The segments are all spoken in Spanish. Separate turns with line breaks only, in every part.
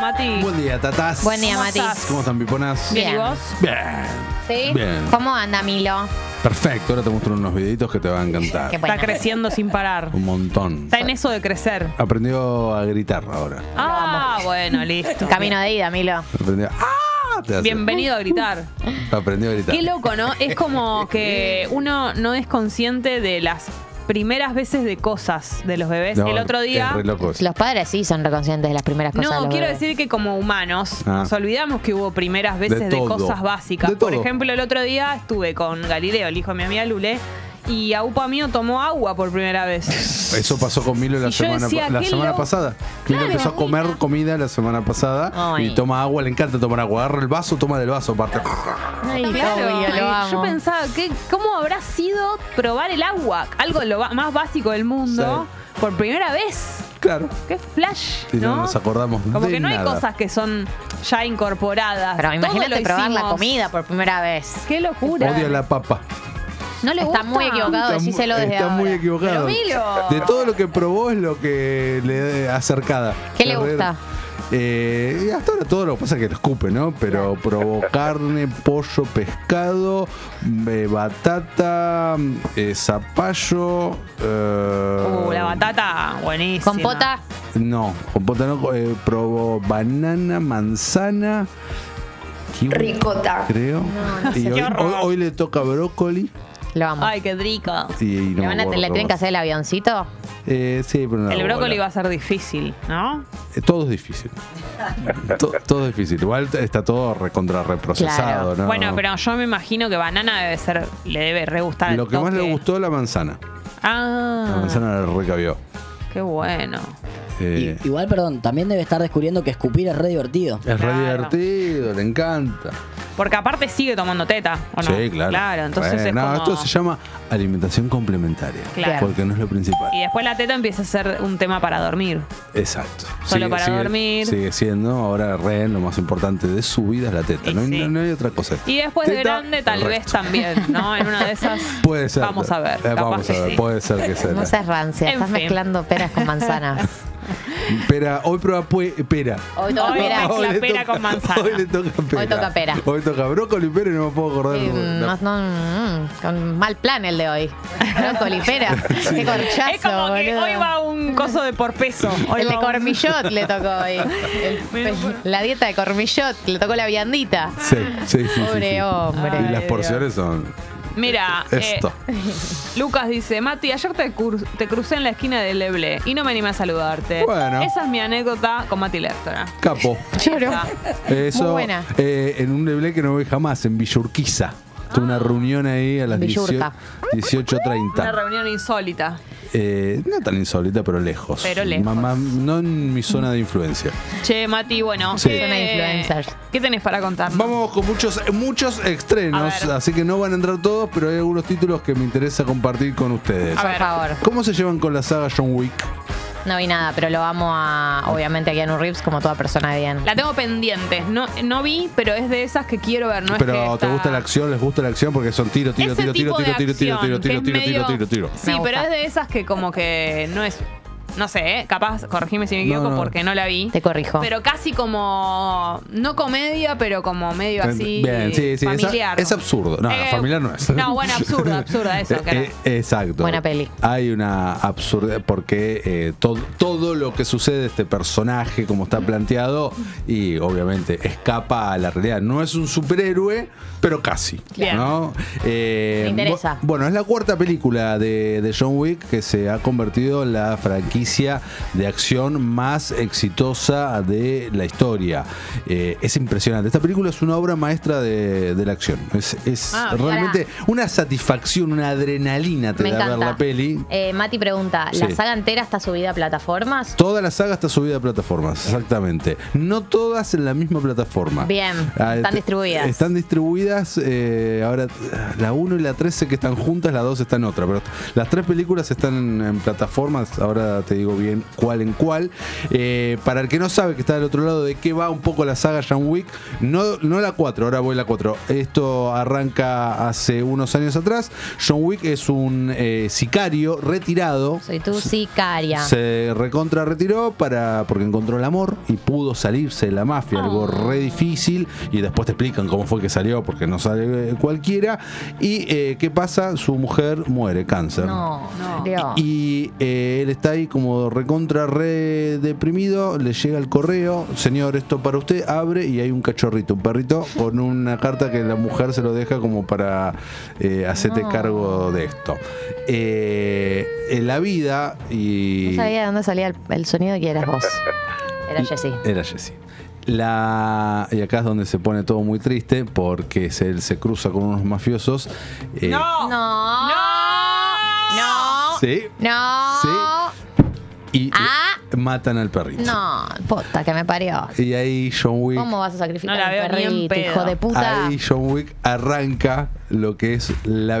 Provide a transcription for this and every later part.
Mati?
Buen día, tatás.
Buen día,
¿Cómo
Mati.
estás?
¿Cómo están, piponas?
Bien. ¿Y
Bien.
vos?
Bien.
¿Sí?
Bien.
¿Cómo anda, Milo?
Ah,
Perfecto. Ahora te muestro unos videitos que te van a encantar.
Qué bueno.
Está creciendo sin parar.
Un montón.
Está en eso de crecer.
Aprendió a gritar ahora.
Ah, bueno, listo.
Camino de ida, Milo.
Aprendió. ¡Ah! Te hace.
Bienvenido a gritar.
Aprendió a gritar.
Qué loco, ¿no? Es como que uno no es consciente de las primeras veces de cosas de los bebés.
No,
El otro día...
Es re loco eso.
Los padres sí son reconscientes de las primeras cosas. de
No,
los
quiero
bebés.
decir que como humanos
Ah.
nos olvidamos que hubo primeras veces de,
todo.
cosas básicas.
De
Por
todo.
ejemplo, el otro día estuve con Galileo, el hijo de mi amiga Lule, y Aupa mío tomó agua por primera vez.
Eso pasó con Milo la
Y yo
semana,
decía,
la
qué
semana
loco.
pasada. Milo empezó a comer comida la semana pasada
Ay.
y toma agua, le encanta tomar agua. Agarra el vaso, toma del vaso, aparte.
Ay,
Claro,
obvio, lo amo.
yo pensaba, ¿qué, ¿cómo habrá sido probar el agua? Algo lo ba- más básico del mundo, por primera vez.
Claro.
¡Qué flash!
Y no,
¿no?
nos acordamos
Como
de
que no hay
nada.
cosas que son ya incorporadas.
Pero
Todo
imagínate
lo
probar la
hicimos.
comida por primera vez.
¡Qué locura!
Odia la papa.
No le Está
gusta?
muy equivocado,
mu-
decíselo desde
está
ahora.
muy equivocado.
Pero Milo.
De todo lo que probó es lo que le acercada.
¿Qué le gusta?
Eh, y hasta ahora todo lo que pasa es que lo escupe, ¿no? Pero probó carne, pollo, pescado, eh, batata, eh, zapallo. eh,
Uh, la batata, buenísima.
Compota.
No, compota no. eh, probó banana, manzana. kiwi,
Ricota.
Creo. y hoy,
Qué horror.
hoy- hoy le toca brócoli.
Lo amo.
Ah.
Ay, qué rico.
Y, y no
¿Le, van a-
me acuerdo
le
qué
tienen que
más.
hacer el avioncito?
Eh, sí, pero no.
El brócoli
bueno.
va a ser difícil, ¿no?
Eh, Todo es difícil. To- todo es difícil. Igual está todo recontra reprocesado,
Claro.
¿no?
Bueno, pero yo me imagino que banana debe ser, le debe re gustar. el
Lo que más le
toque.
gustó la manzana. La
Ah,
manzana la recabió.
qué bueno.
Eh,
I- igual, perdón, también debe estar descubriendo que escupir es re divertido.
es re
Claro.
divertido, le encanta.
Porque aparte sigue tomando teta, ¿o no?
Sí, claro.
Claro, entonces
Bueno,
es
no,
como-
esto se llama alimentación complementaria.
Claro.
Porque no es lo principal.
Y después la teta empieza a ser un tema para dormir.
Exacto.
Solo para dormir.
Sigue siendo ahora re lo más importante de su vida es la teta.
Y
No hay,
sí.
no- no hay otra cosa.
Y después de
Teta,
grande
el
tal vez
resto.
también, ¿no? En una de esas.
Puede ser.
Vamos a ver.
Eh,
capaz
vamos
que
a ver.
sí.
Puede ser que sea.
No seas rancia,
En
estás
fin.
mezclando peras con manzanas.
Pera, hoy prueba pue- pera.
Hoy toca
Hoy
pera.
mezcla
le
pera con manzana.
Hoy le toca pera.
Hoy toca pera.
Hoy toca brócoli, pera y no me puedo acordar.
Sí,
de-
eh, no- no- mm, con mal plan el de hoy. Brócoli, pera. Qué corchazo,
es como que
boludo.
hoy va un coso de por peso. Hoy
el de
va un-
Cormillot le tocó hoy. El-
Bueno, bueno.
la dieta de Cormillot, le tocó la viandita.
Sí, sí, sí, sí,
Pobre
sí.
hombre.
Y las
Ay,
porciones son
Mira, eh,
esto.
Lucas dice, Mati, ayer te, cru- te crucé en la esquina del Eble y no me animé a saludarte.
Bueno.
Esa es mi anécdota con Mati Lertora.
Capo.
Lloro.
Eso.
Muy buena.
eh, en un leblé que no voy jamás, en Villurquiza. Tuve una reunión ahí a las
Villurca.
18
Una
18.30.
reunión insólita.
Eh, no tan insólita, pero lejos.
Pero lejos.
Mamá, no en mi zona de influencia.
Che, Mati, bueno.
Sí.
¿qué-
Son influencers.
¿Qué tenés para contarnos?
Vamos con muchos, muchos estrenos,
A ver.
así que no van a entrar todos, pero hay algunos títulos que me interesa compartir con ustedes.
A
Por
ver.
favor.
¿Cómo se llevan con la saga John Wick?
No vi nada, pero lo amo a, obviamente, a Keanu Reeves como toda persona de bien.
La tengo pendiente. No, no vi, pero es de esas que quiero ver. No es
Pero
que
¿te
está-
gusta la acción? ¿Les gusta la acción? Porque son tiro, tiro,
Ese
tiro, tiro,
tipo de
tiro, tiro, tiro, tiro,
acción, que
tiro,
es
tiro, tiro,
medio-
tiro, tiro.
Sí,
Me
pero
gusta.
es de esas que como que no es... No sé, ¿eh? capaz, corregime si me
No,
equivoco
no.
porque no la vi.
Te corrijo.
Pero casi como, no comedia, pero como medio así
Bien, sí, sí. esa-
familiar.
Es, absurdo. No,
Eh,
familiar no es.
No, bueno, absurda, absurda eso.
Eh,
claro.
eh, exacto.
Buena peli.
Hay una absurda porque eh, to- todo lo que sucede a este personaje como está planteado y obviamente escapa a la realidad. No es un superhéroe, pero casi.
Bien.
¿no? Eh,
Me interesa.
bu- bueno, es la cuarta película de, de John Wick que se ha convertido en la franquicia de acción más exitosa de la historia. Eh, es impresionante. Esta película es una obra maestra de, de la acción. Es, es
Ah,
realmente una satisfacción, una adrenalina te
Me
da
encanta.
ver la peli.
Eh, Mati pregunta, ¿la
Sí.
saga entera está subida a plataformas?
Toda la saga está subida a plataformas, exactamente. No todas en la misma plataforma.
Bien,
Ah,
están
te-
distribuidas.
Están distribuidas. eh, ahora, la 1 y la 13 que están juntas, la 2 está en otra. Pero las tres películas están en, en plataformas. Ahora te digo bien cuál en cuál. Eh, para el que no sabe que está del otro lado de qué va un poco la saga John Wick, no, no la 4, ahora voy a la 4. Esto arranca hace unos años atrás. John Wick es un eh, sicario retirado.
Soy tu sicaria.
Se recontra retiró para, porque encontró el amor y pudo salirse de la mafia, algo
Ah.
re difícil. Y después te explican cómo fue que salió, porque no sale eh, cualquiera. ¿Y eh, qué pasa? Su mujer muere, cáncer.
No,
No.
Dios.
Y eh, él está ahí como recontra, re deprimido. Le llega el correo, señor, esto para usted. Abre y hay un cachorrito, un perrito, con una carta que la mujer se lo deja como para eh, hacerte
No.
cargo de esto. Eh, en la vida y.
No sabía de dónde salía el, el sonido que eras vos. Era
Y- eh,
Jessy.
Era Jessy. La, y acá es donde se pone todo muy triste porque se, él se cruza con unos mafiosos. eh,
No.
No. No.
Sí.
No.
Sí. Y eh,
Ah.
matan al perrito.
No. Puta que me parió.
Y ahí John Wick.
¿Cómo vas a sacrificar
No la
a un
veo ni en
perrito,
pedo.
hijo de puta?
Ahí John Wick arranca lo que es la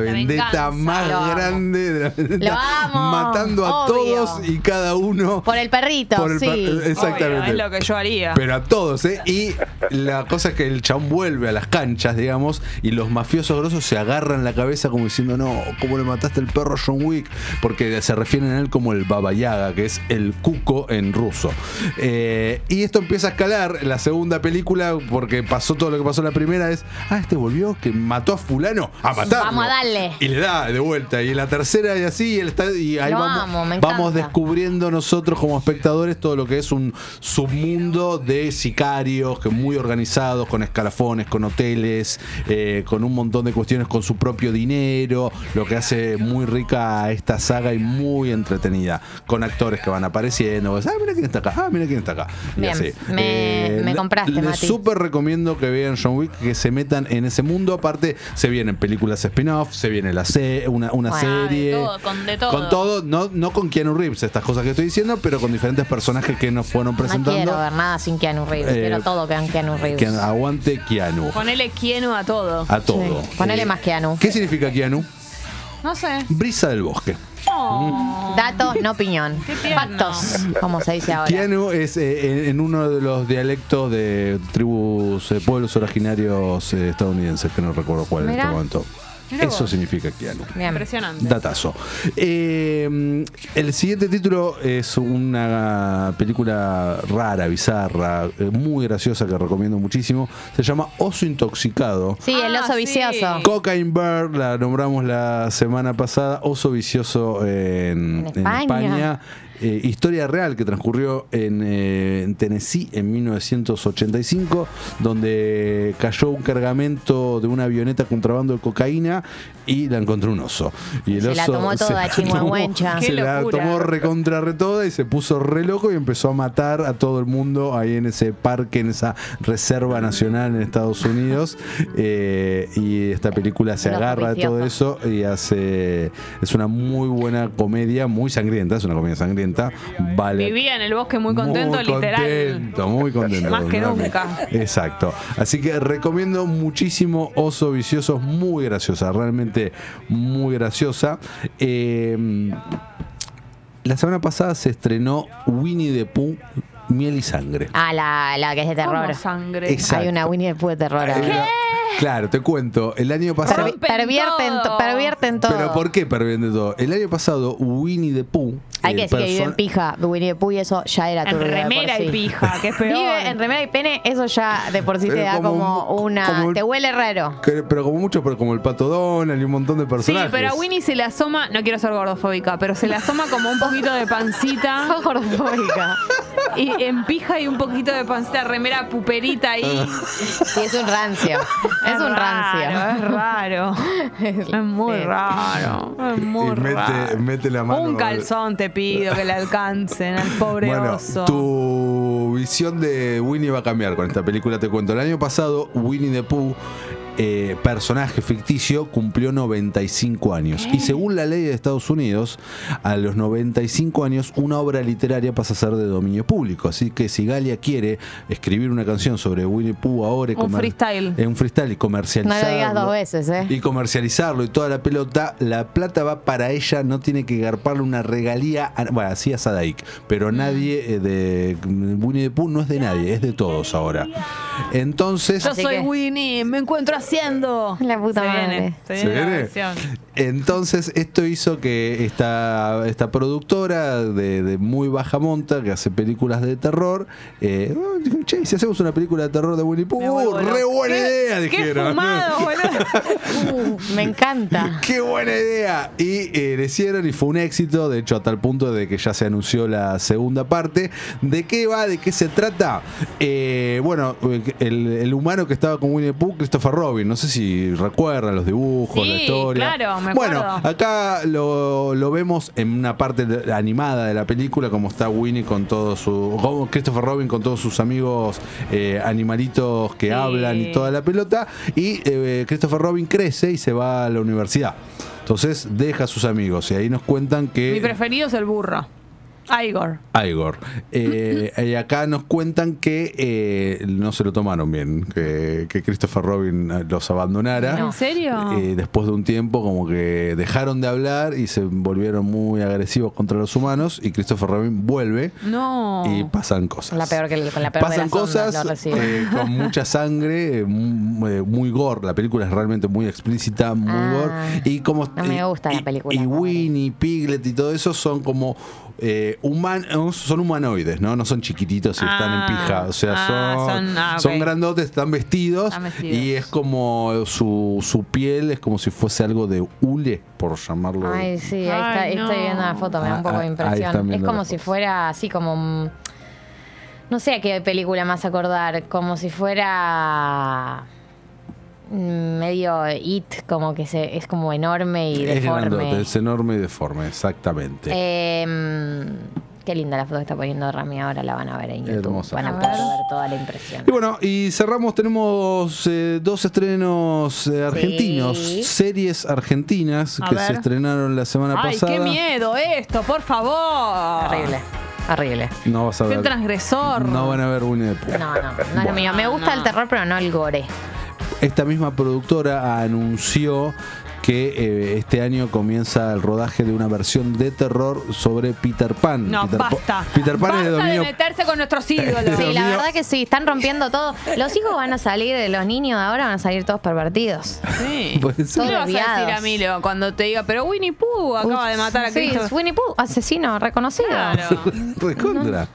venganza.
vendetta más
Lo amo.
grande de la vendetta,
Lo amo,
matando a
obvio.
todos y cada uno
Por el perrito,
por el
sí.
per- exactamente.
Obvio, es lo que yo haría.
Pero a todos, ¿eh? Y la cosa es que el chabón vuelve a las canchas, digamos, y los mafiosos grosos se agarran la cabeza como diciendo, no, ¿cómo le mataste al perro a John Wick? Porque se refieren a él como el Baba Yaga, que es el cuco en ruso. Eh, y esto empieza a escalar la segunda película, porque pasó todo lo que pasó en la primera, es, ah, este volvió, que mató a fulano, a matarlo.
Vamos a darle.
Y le da de vuelta. Y en la tercera y así, y, él está, y ahí
Lo
vamos,
amo, me
vamos
encanta.
descubriendo nosotros como espectadores todo lo que es un submundo de sicarios que muy organizados, con escalafones, con hoteles, eh, con un montón de cuestiones con su propio dinero, lo que hace muy rica a esta saga y muy entretenida, con actores que van apareciendo, vos, ah, mira quién está acá, ah, mira quién está acá. Y
Bien,
así. Eh,
me- me
le-
compraste,
le
Mati.
súper recomiendo que vean John Wick, que se metan en ese mundo. Aparte, se vienen películas spin-off, se viene la se- una, una
Bueno, de
serie.
todo, con de todo.
Con todo, no, no con Keanu Reeves, estas cosas que estoy diciendo, pero con diferentes personajes que nos fueron
No
presentando.
quiero ver nada sin Keanu Reeves.
Eh,
quiero todo con Keanu Reeves.
Que aguante Keanu.
Ponele quieno a todo.
A todo.
Sí, ponele más Keanu.
¿Qué significa Keanu?
No sé.
Brisa del bosque.
Oh.
Datos, no opinión.
Qué tierno.
Factos, como se dice ahora.
Keanu es eh, en- en uno de los dialectos de tribus, eh, pueblos originarios eh, estadounidenses, que no recuerdo cuál en este
Mirá.
momento.
Mirá
Eso
vos.
significa Keanu.
Bien.
Impresionante.
Datazo. Eh, el siguiente título es una película rara, bizarra, eh, muy graciosa que recomiendo muchísimo. Se llama Oso Intoxicado.
Sí, el
Ah,
oso
sí.
vicioso.
Cocaine Bird, la nombramos la semana pasada, Oso Vicioso en, en
En
España.
España.
Eh, historia real que transcurrió en, eh, en Tennessee en 1985, donde cayó un cargamento de una avioneta contrabando de cocaína y la encontró un oso. Y el
Se
oso
la tomó toda,
la tomó-
chimuahuencha.
Qué
Se la
locura.
tomó recontra re toda y se puso re loco y empezó a matar a todo el mundo ahí en ese parque, en esa reserva nacional en Estados Unidos. Eh, y esta película se
Loco
agarra de todo eso y hace. Es una muy buena comedia, muy sangrienta, es una comedia sangrienta. Vale.
Vivía en el bosque muy contento,
Muy
literal.
contento, muy contento.
Más que
realmente.
nunca.
Exacto. Así que recomiendo muchísimo Oso Vicioso, es muy graciosa, realmente muy graciosa. Eh, la semana pasada se estrenó Winnie the Pooh, Miel y Sangre.
Ah, la, la que es de terror.
Como sangre.
Exacto.
Hay una Winnie the Pooh de terror. ahora.
Era- Eh, Claro, te cuento, el año pasado...
Pervi- pervierten,
todo.
to- pervierten todo.
Pero ¿por qué perdiendo todo? El año pasado Winnie the Pooh... eh,
Hay
el
que decir que vive
person-
en pija. Winnie the Pooh y eso ya era
En
turbio de por
remera y
sí.
pija, que es peor.
Vive en remera y pene, eso ya de por sí te
Pero
da
como
como,
un-
una.
como un-
te huele raro.
que- Pero como mucho, pero como el Pato Donald y un montón de
Sí,
personajes.
pero a Winnie se le asoma, no quiero ser gordofóbica, pero se le asoma como un poquito de pancita
Sos gordofóbica.
y en pija y un poquito de pancita, remera puperita ahí.
Sí, es un rancio. Es un rancio.
raro, Es raro. Es muy
Sí.
raro. Es muy
Y mete-
raro.
mete la mano-
Un calzón te pido que le alcancen al pobre
Bueno,
oso.
tu visión de Winnie va a cambiar con esta película, te cuento. El año pasado, Winnie the Pooh eh, personaje ficticio cumplió 95 años. Y según la ley de Estados Unidos, a los 95 años una obra literaria pasa a ser de dominio público. Así que si Galia quiere escribir una canción sobre Winnie Pooh ahora, y
Un
comer-
freestyle.
eh, un freestyle y
No
comercializarlo.
lo digas dos veces, ¿eh?
Y comercializarlo y toda la pelota, la plata va para ella, no tiene que garparle una regalía. a- bueno, así a Sadaik,
Mm.
pero nadie eh, de Winnie the Pooh no es de nadie, es de todos ahora. Entonces.
Yo
Así
soy
que-
Winnie, me encuentro haciendo.
La puta
Se
madre.
viene, se
¿Se
viene la
viene?
versión.
Entonces, esto hizo que esta, esta productora de, de muy baja monta, que hace películas de terror, eh, "Oh, dijo, che, si hacemos una película de terror de Winnie Pooh,
Me
"Uh,
vuelvo
re
loco.
buena
Qué-
idea,
Qué
dijeron.
fumado, boludo.
Uh, me encanta.
¡Qué buena idea! Y eh, le hicieron y fue un éxito, de hecho, a tal punto de que ya se anunció la segunda parte. ¿De qué va? ¿De qué se trata? Eh, bueno, el, el humano que estaba con Winnie the Pooh, Christopher Robin, no sé si recuerdan los dibujos, la
Sí,
historia.
claro, me
bueno,
acuerdo.
acá lo, lo vemos en una parte de- animada de la película, como está Winnie con todos sus. como Christopher Robin con todos sus amigos eh, animalitos que
Sí.
hablan y toda la pelota. Y eh, Christopher Robin crece y se va a la universidad. Entonces deja a sus amigos. Y ahí nos cuentan que.
Mi preferido es el burro. Ah, Igor.
Ah, Igor. Eh, y acá nos cuentan que eh, no se lo tomaron bien, que, que Christopher Robin eh, los abandonara.
No.
¿En serio?
Eh, después de un tiempo como que dejaron de hablar y se volvieron muy agresivos contra los humanos y Christopher Robin vuelve
no.
y pasan cosas.
La peor que con la peor de
Pasan
las ondas
cosas
lo recibo.
eh, con mucha sangre, eh, muy, eh, muy gore. La película es realmente muy explícita, muy
Ah,
gore. Y como,
no me
y-
gusta la
y-
película,
Y
pobre.
Winnie, Piglet y todo eso son como eh, human- eh, son humanoides, ¿no? No son chiquititos y están en
Ah,
pija. O sea,
ah,
son,
son- ah,
son
ok.
grandotes, están vestidos,
Están vestidos.
Y es como su, su piel, es como si fuese algo de hule, por llamarlo.
Ay, sí, ahí está,
Ay, no.
estoy viendo la foto, me da un poco
Ah, ah,
de
ahí están
impresión. Es
viendo la
como si
foto.
fuera así como... un- No sé a qué película más acordar, como si fuera mm, medio it, como que se, es como enorme y
es grandote,
deforme.
es enorme y deforme, exactamente.
Eh, qué linda la foto que está poniendo Rami ahora, la van a ver en YouTube.
Hermosa
Van a
foto.
poder ver toda la impresión.
Y bueno, y cerramos, tenemos eh, dos estrenos eh, argentinos,
Sí.
series argentinas
A
que
ver.
se estrenaron la semana
Ay,
pasada.
qué miedo esto, por favor.
Horrible, horrible.
No vas a
Qué
ver.
transgresor.
No van a ver Winnie the Pooh.
No, no, no es
Bueno.
lo mío. Me gusta el terror, pero no el gore.
Esta misma productora anunció que eh, este año comienza el rodaje de una versión de terror sobre Peter Pan.
No,
Peter Po-
basta.
Peter Pan
basta
es de dominio.
meterse con nuestros ídolos.
Sí,
Dios
la
mío.
verdad que sí, están rompiendo todo. Los hijos van a salir, los niños de ahora van a salir todos pervertidos.
Sí.
Puede ser.
¿Qué le vas a decir
Desviados.
a Milo cuando te diga, pero Winnie Pooh acaba de matar a
Sí,
Cristo?
es Winnie Pooh, asesino reconocido.
Claro.
Recontra.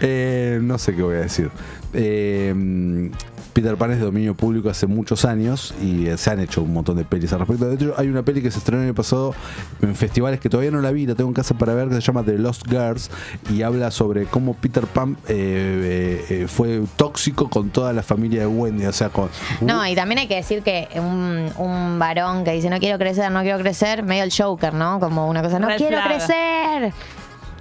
Eh, no sé qué voy a decir. Eh, Peter Pan es de dominio público hace muchos años y eh, se han hecho un montón de pelis al respecto. De hecho, hay una peli que se estrenó el año pasado en festivales que todavía no la vi, la tengo en casa para ver, que se llama The Lost Girls y habla sobre cómo Peter Pan eh, eh, eh, fue tóxico con toda la familia de Wendy. O sea, con.
No, y también hay que decir que un, un varón que dice no quiero crecer, no quiero crecer, medio el Joker, ¿no? Como una cosa, no
Red
quiero
flag.
crecer.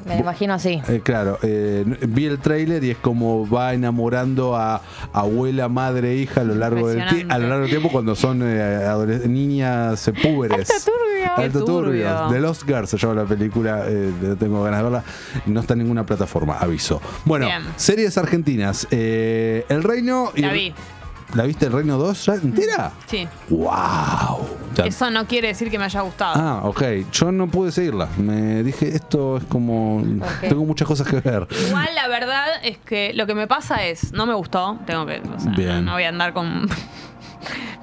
Me lo imagino así.
Eh, claro, eh, n- vi el tráiler y es como va enamorando a abuela, madre, hija a lo largo del ti- a lo largo del tiempo cuando son eh, adoles- niñas eh, púberes. Alto turbio.
Qué turbio.
The Lost Girls se llama la película, eh, de- tengo ganas de verla. No está en ninguna plataforma, aviso. Bueno,
Bien.
series argentinas. eh, el Reino... y-
La vi. Mm.
¿La viste El Reino 2 ya entera?
Sí.
¡Wow!
Eso no quiere decir que me haya gustado.
Ah, ok. Yo no pude seguirla. Me dije, esto es como...
qué?
Tengo muchas cosas que ver.
Igual la verdad es que lo que me pasa es, no me gustó, tengo que, o sea,
Bien.
no voy a andar con,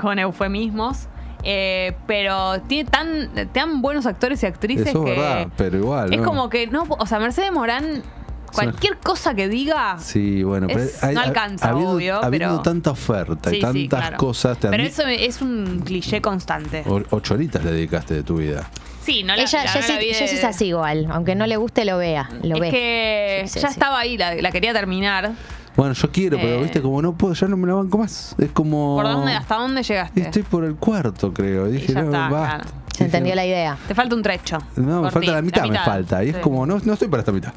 con eufemismos, eh, pero tiene tan, tan buenos actores y actrices
Eso
que
es verdad, pero igual.
es
¿no?
como que no, o sea, Mercedes Morán, cualquier cosa que diga,
Sí, bueno, pero
Es- no alcanza,
habiendo,
obvio,
habiendo
pero-
tanta oferta
sí,
y
sí,
tantas
claro.
cosas, te
pero
admi- Oh.
eso es un cliché constante.
o- ocho horitas le dedicaste de tu vida.
Sí, no la,
Ella,
la- no la
Jessie,
vi de-
Jessie es así igual, aunque no le guste, lo vea, lo
es
ve.
que
Sí, sí,
ya
sí.
estaba ahí, la, la quería terminar.
Bueno, yo quiero, pero
Eh.
viste, como no puedo, ya no me la banco más. Es como.
¿Por dónde, hasta dónde llegaste?
Estoy por el cuarto, creo.
Y
Dije,
ya
no,
está,
basta.
claro.
Se entendió la idea.
Te falta un trecho.
No, me
Corti,
falta la mitad, me falta. Y es
Sí.
como, no, no estoy para esta mitad.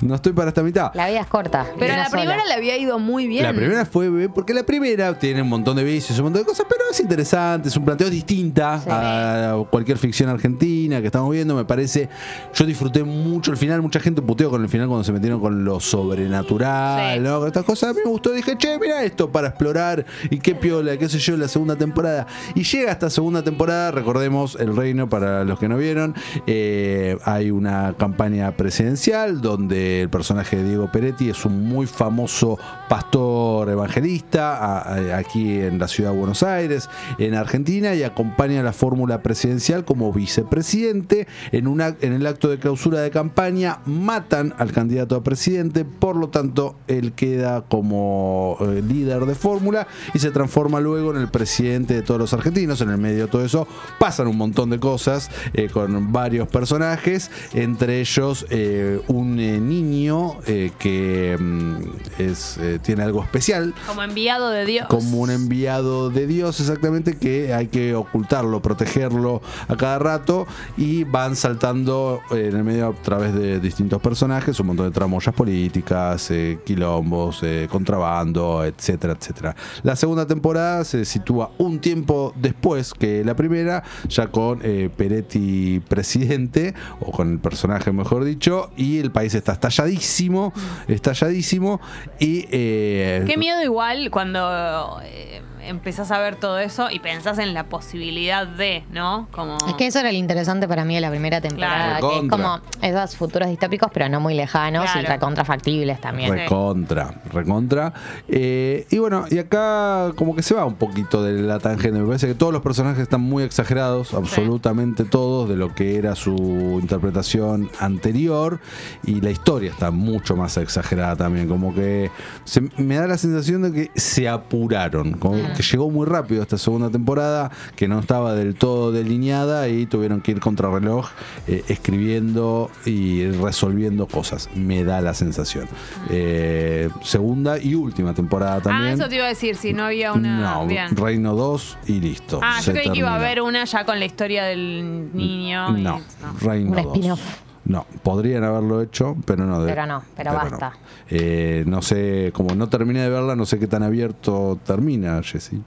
No estoy para esta mitad.
La vida es corta. y
Pero
una
la
sola.
primera le había ido muy bien.
La primera fue bien, porque la primera tiene un montón de vicios, un montón de cosas, pero es interesante, es un planteo distinta
Sí.
a cualquier ficción argentina que estamos viendo, me parece. Yo disfruté mucho el final, mucha gente puteó con el final cuando se metieron con lo sobrenatural,
Sí.
¿no? Con estas cosas, a mí me gustó, dije, che, mira esto para explorar y qué piola, qué sé yo, la segunda temporada. Y llega esta segunda temporada, recordemos El Reino para los que no vieron, eh, hay una campaña presidencial donde el personaje de Diego Peretti es un muy famoso pastor evangelista a- a- aquí en la ciudad de Buenos Aires, en Argentina, y acompaña la fórmula presidencial como vicepresidente. En, una, en el acto de clausura de campaña matan al candidato a presidente, por lo tanto él queda como eh, líder de fórmula y se transforma luego en el presidente de todos los argentinos. En el medio de todo eso pasan un montón de cosas eh, con varios personajes, entre ellos eh, un eh, niño eh, que mm, es, eh, tiene algo especial,
Como enviado de Dios.
como un enviado de Dios, exactamente, que hay que ocultarlo, protegerlo a cada rato y van saltando eh, en el medio a través de distintos personajes, un montón de tramoyas políticas, eh, quilombos, eh, contrabando, etcétera, etcétera. La segunda temporada se sitúa un tiempo después que la primera, ya con eh, Peretti presidente, o con el personaje mejor dicho, y el país está estalladísimo, estalladísimo, y... eh,
Qué miedo igual cuando eh, empezás a ver todo eso y pensás en la posibilidad de, ¿no? Como...
Es que eso era lo interesante para mí de la primera temporada.
Claro.
que es como esos futuros distópicos, pero no muy lejanos y
Claro.
recontrafactibles también.
Recontra, recontra. Eh, y bueno, y acá como que se va un poquito de la tangente. Me parece que todos los personajes están muy exagerados, absolutamente todos, de lo que era su interpretación anterior. Y la historia está mucho más exagerada también. Como que se, me da la sensación de que se apuraron, como
Mm.
que llegó muy rápido esta segunda temporada, que no estaba del todo delineada y tuvieron que ir contrarreloj eh, escribiendo y resolviendo cosas. Me da la sensación. Eh, segunda y última temporada
ah,
también.
eso te iba a decir, si no había una...
no,
Bien.
Reino 2 y listo.
Ah,
se
yo creí que iba a
termina.
haber una ya con la historia del niño. y-
No,
no.
Reino
Un
2.
spin-off.
No, podrían haberlo hecho, pero no. de-
Pero no, pero basta.
No. Eh, no sé, como no terminé de verla, no sé qué tan abierto termina, Jessy.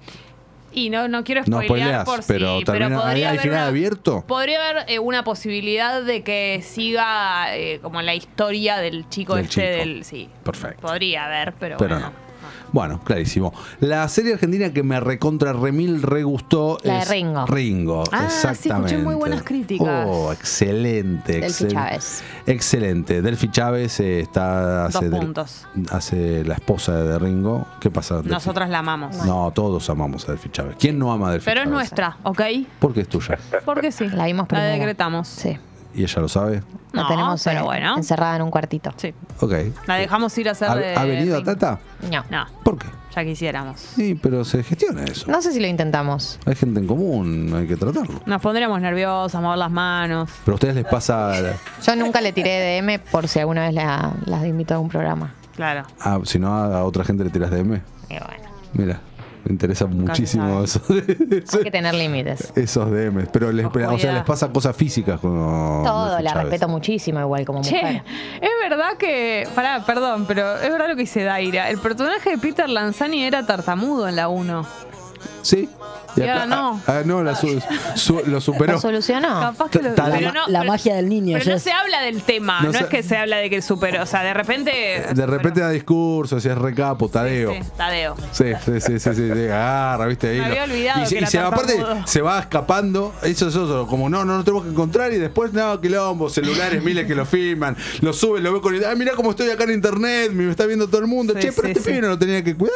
Y no, no quiero
No
spoilear
spoileas,
por si,
pero termina- ¿hay- hay final abierto?
Podría haber eh, una posibilidad de que siga eh, como la historia del chico
Del
este
chico.
del. Sí.
Perfecto.
Podría haber, pero,
Pero
bueno.
no. Bueno, clarísimo. La serie argentina que me recontra remil re gustó
La de
es
Ringo.
Ringo,
Ah, sí, escuché muy
exactamente.
buenas críticas.
Oh, excelente.
Delphi
excel-
Chávez.
Excelente. Delphi Chávez eh, está
Dos
hace, del-
puntos.
hace la esposa de Ringo. ¿Qué pasa? Delphi?
Nosotras la amamos.
No, todos amamos a Delphi Chávez. ¿Quién no ama a Delphi
Pero es
Chávez?
nuestra, ¿ok?
Porque es tuya.
Porque sí.
La vimos
La
primero.
decretamos.
Sí.
¿Y ella lo sabe?
La
No,
tenemos
pero
eh,
bueno.
encerrada en un cuartito.
Sí.
Ok.
La dejamos ir a hacer.
¿Ha,
de-
ha venido a
de-
Tata?
No. no.
No,
¿Por qué?
ya quisiéramos.
Sí, pero se gestiona eso.
sé si lo intentamos.
Hay gente en común, hay que tratarlo.
Nos pondríamos nerviosas, mover las manos.
Pero a ustedes les pasa...
Yo nunca le tiré DM por si alguna vez la, las invito a un programa.
Claro.
Ah, si no, a a otra gente le tiras DM.
Y bueno,
Mira, me interesa muchísimo eso-
hay que tener límites.
esos DMs. Pero les,
Ojo,
o sea,
cuidado.
les pasa cosas físicas con.
Todo,
Nelson
la
Chávez.
respeto muchísimo igual como
Che,
mujer.
es verdad que. Pará, perdón, pero es verdad lo que dice Daira. El personaje de Peter Lanzani era tartamudo en la 1.
Sí.
Y ahora no.
Ah, no, la su- su- lo
¿Lo
superó.
solucionó?
Capaz que lo.
Ah. Ta- ta-
pero
la-
no,
la
pero-
magia del niño,
Pero no
Jess.
se habla del tema.
No
No,
se-
es que se habla de que superó. O sea, de repente.
De repente da discursos, si es recapo, tadeo.
Sí, Tadeo.
Sí, sí, sí, sí, sí, te agarra, viste ahí.
Me
lo-
había olvidado
y se-
que
y
era
se,
tan
aparte
mudo.
se va escapando, eso es otro, como no, no nos tenemos que encontrar y después nada, quilombo, celulares, miles que lo filman, lo suben, lo veo con ah, mirá cómo estoy acá en internet, me está viendo todo el mundo,
Sí,
che, pero
sí,
este
sí.
pibe no lo tenía que cuidar.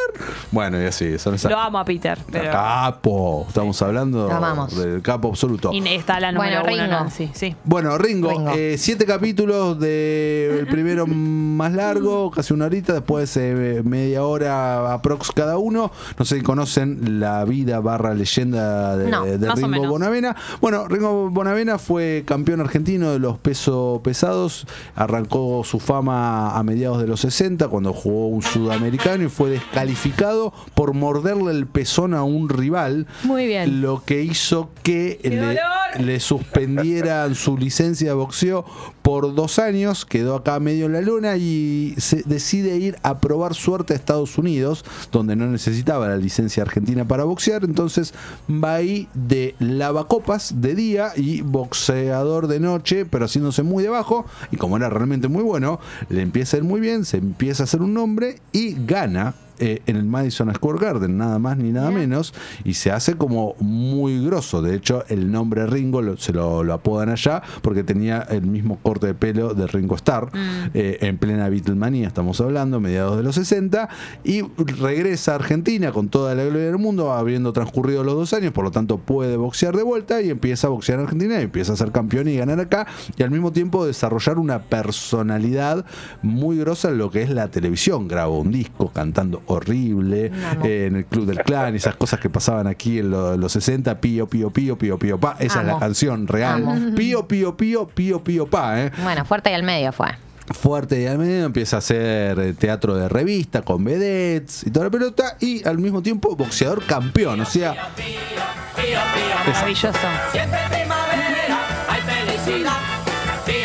Bueno, y así, son esas.
Lo amo a Peter. Pero.
Capo, estamos hablando
Lo amamos.
del capo absoluto.
Y está la número
Bueno,
uno,
Ringo.
Nancy, Sí.
Bueno, Ringo,
Ringo.
eh, siete capítulos del primero más largo, casi una horita, después eh, media hora aprox cada uno. No sé si conocen la vida barra leyenda de,
No,
de
más o
Ringo
menos.
Bonavena. Bueno, Ringo Bonavena fue campeón argentino de los pesos pesados, arrancó su fama a mediados de los 60 cuando jugó un sudamericano y fue descalificado por morderle el pezón a un rival.
Muy bien.
Lo que hizo que...
¡Qué
le-
dolor!
le suspendieran su licencia de boxeo por dos años, quedó acá medio en la luna y se decide ir a probar suerte a Estados Unidos, donde no necesitaba la licencia argentina para boxear, entonces va ahí de lavacopas de día y boxeador de noche, pero haciéndose muy debajo, y como era realmente muy bueno, le empieza a ir muy bien, se empieza a hacer un nombre y gana eh, en el Madison Square Garden, nada más ni nada menos, y se hace como muy grosso. De hecho, el nombre Ringo lo- se lo, lo apodan allá porque tenía el mismo corte de pelo de Ringo Starr, eh, en plena Beatlemania, estamos hablando, mediados de los 60, y regresa a Argentina con toda la gloria del mundo, habiendo transcurrido los dos años, por lo tanto puede boxear de vuelta y empieza a boxear en Argentina y empieza a ser campeón y ganar acá, y al mismo tiempo desarrollar una personalidad muy grosa en lo que es la televisión. Grabó un disco cantando horrible eh, en el Club del Clan, esas cosas que pasaban aquí en lo- los 60, pío, pío, pío, pío, pío, pa. Esa es la
Amo.
canción real.
Amo.
Pío, pío, pío, pío, pío, pa, ¿eh?
Bueno, fuerte y al medio fue.
fuerte y al medio, empieza a hacer eh, teatro de revista con vedettes y toda la pelota, y al mismo tiempo boxeador campeón, o sea,
Maravilloso.
Siempre primavera hay felicidad.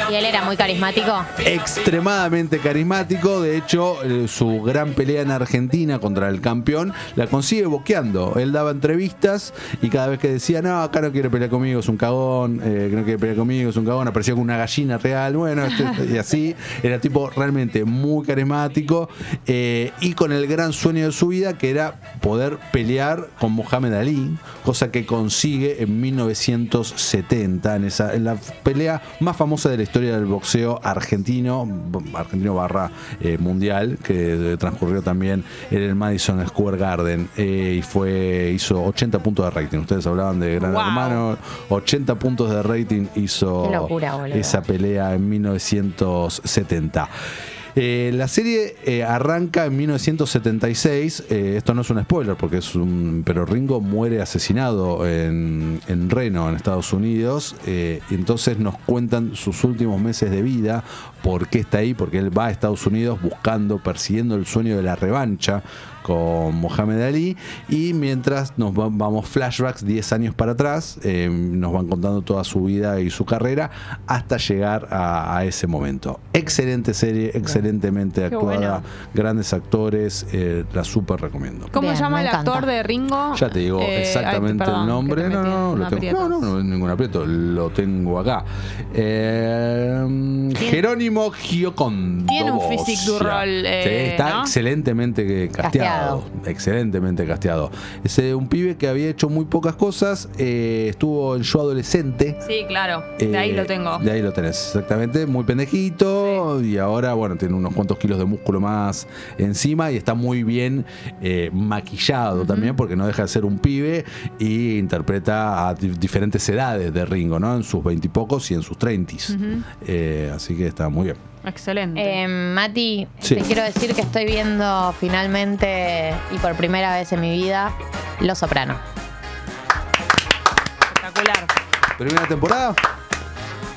Y él era muy carismático.
extremadamente carismático, de hecho eh, su gran pelea en Argentina contra el campeón la consigue boqueando, él daba entrevistas y cada vez que decía, no, acá no quiere pelear conmigo, es un cagón, eh, que no quiere pelear conmigo, es un cagón, aparecía con una gallina real, bueno, este- y así, era tipo realmente muy carismático eh, y con el gran sueño de su vida que era poder pelear con Mohamed Ali, cosa que consigue en 1970, en, esa, en la pelea más famosa de la historia del boxeo argentino, b- argentino barra eh, mundial, que eh, transcurrió también en el Madison Square Garden eh, y fue hizo 80 puntos de rating. Ustedes hablaban de Gran
Wow.
Hermano, 80 puntos de rating hizo
Qué locura, boludo.
esa pelea en 1970. Eh, la serie eh, arranca en 1976. eh, esto no es un spoiler porque es un. Pero Ringo muere asesinado en, en Reno, en Estados Unidos. eh, y entonces nos cuentan sus últimos meses de vida, por qué está ahí, porque él va a Estados Unidos buscando, persiguiendo el sueño de la revancha con Mohamed Ali. Y mientras nos va- vamos flashbacks 10 años para atrás, eh, nos van contando toda su vida y su carrera hasta llegar a, a ese momento. Excelente serie, excelentemente
Qué
actuada,
bueno.
grandes actores, eh, la súper recomiendo.
¿Cómo
Bien,
se llama
me
el actor
encanta.
de Ringo?
Ya te digo
Eh, ay,
exactamente
perdón,
el
que
nombre.
te
No,
metí
no, no,
en
lo tengo. No,
aprietos.
no, no, ningún aprieto. Lo tengo acá. Eh, Jerónimo Giocondo.
Tiene un physique du rol, eh,
está
¿no?
excelentemente casteado. Excelentemente casteado. Es eh, un pibe que había hecho muy pocas cosas. eh, estuvo en Yo Adolescente.
Sí, claro. De ahí
Eh,
lo tengo.
De ahí lo tenés, exactamente. Muy pendejito. Y ahora, bueno, tiene unos cuantos kilos de músculo más encima. Y está muy bien eh, maquillado también, porque no deja de ser un pibe. Y interpreta a di- diferentes edades de Ringo, ¿no? En sus veintipocos y, en sus treintis. Eh, así que está muy bien.
Excelente.
Eh, Mati,
Sí.
te quiero decir que estoy viendo finalmente y por primera vez en mi vida Los Soprano.
Espectacular.
Primera temporada.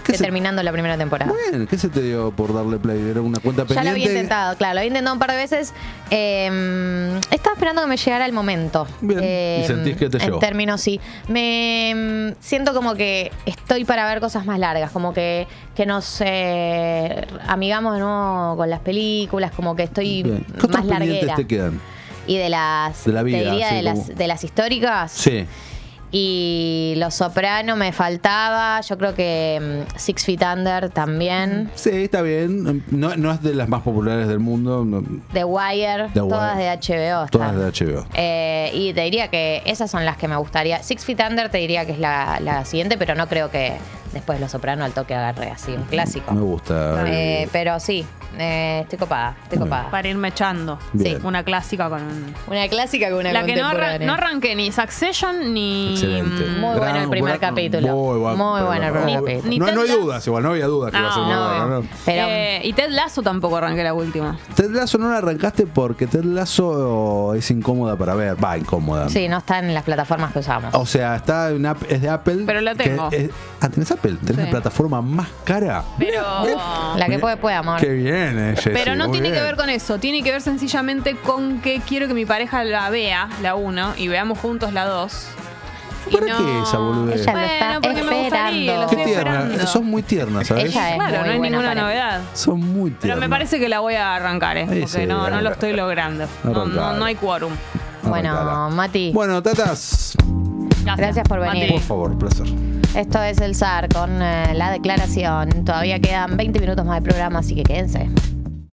¿Qué se,
Estoy terminando la primera temporada.
Bueno, ¿qué se te dio por darle play? Era una cuenta
Ya
pendiente.
lo había intentado, claro, lo había intentado un par de veces. Eh, estaba esperando que me llegara el momento.
Bien.
Eh,
¿Y sentís que te
En
llegó?
términos, sí. Me mm, siento como que estoy para ver cosas más largas, como que, que nos eh, amigamos de nuevo con las películas, como que estoy
Bien. ¿Qué otros
más
pendientes
larguera.
te quedan?
Y de las,
De la vida,
te diría
sí,
de,
como-
las, de las históricas.
Sí.
Y Los Soprano me faltaba. Yo creo que mm, Six Feet Under también.
Sí, está bien. No, no es de las más populares del mundo. no-
The Wire,
The
todas
Wire.
de HBO.
Todas
están.
de HBO.
Eh, y te diría que esas son las que me gustaría. Six Feet Under te diría que es la, la siguiente, pero no creo que después Los Soprano al toque agarre así un clásico.
Me gusta.
Eh, pero sí, eh, estoy copada, estoy copada.
Para irme echando.
Bien.
Sí. Una clásica con un-
Una clásica con una
La que no, arran-
contemporánea.
no arranqué ni Succession ni.
Excelente.
mm,
Muy bueno el primer
gran-
capítulo.
Muy bueno,
Muy bueno el primer
No,
capítulo. Ah,
No, no hay
Ni Ted
dudas, igual, no había dudas que iba a ser muy
No,
bueno.
no.
¿no?
Pero
Eh, y Ted Lasso tampoco arranqué la última.
Ted Lasso no la arrancaste porque Ted Lasso es incómoda para ver. Va, incómoda.
sí, no está en las plataformas que usamos.
O sea, está en app- es de Apple.
Pero la
que
tengo.
es- ah, ¿tenés Apple? ¿Tenés
Sí.
la plataforma más cara?
Pero.
Oh. la que puede, puede, amor.
Qué bien, eh, Jessy,
Pero no
muy
tiene que
bien.
ver con eso, tiene que ver sencillamente con que quiero que mi pareja la vea, la 1, y veamos juntos la 2.
¿Para
Y
qué esa boludez?
Ella lo
Bueno,
está
porque me gusta Lee, lo
esperando.
Qué
estoy
tierna,
esperando.
son muy tiernas, ¿sabes?
Ella es
Claro,
muy
no hay
buena
ninguna
para-
novedad.
Son muy
Pero
tiernas.
me parece que la voy a arrancar, ¿eh?
Ahí
Porque
sí,
no, no lo
arranca.
estoy logrando. No, no,
Arrancala.
no hay quórum.
Bueno, Mati,
Bueno, tatas,
Gracias por venir.
por favor, placer.
esto es el SAR con eh, la declaración. Todavía quedan 20 minutos más de programa, así que quédense.